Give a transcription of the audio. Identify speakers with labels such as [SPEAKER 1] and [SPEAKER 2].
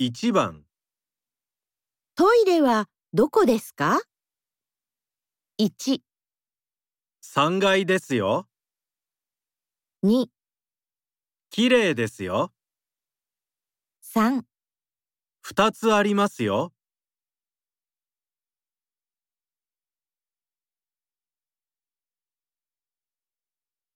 [SPEAKER 1] 1番
[SPEAKER 2] トイレはどこですか ?1、
[SPEAKER 1] 3階ですよ
[SPEAKER 2] 2、
[SPEAKER 1] 綺麗ですよ
[SPEAKER 2] 3
[SPEAKER 1] 2つありますよ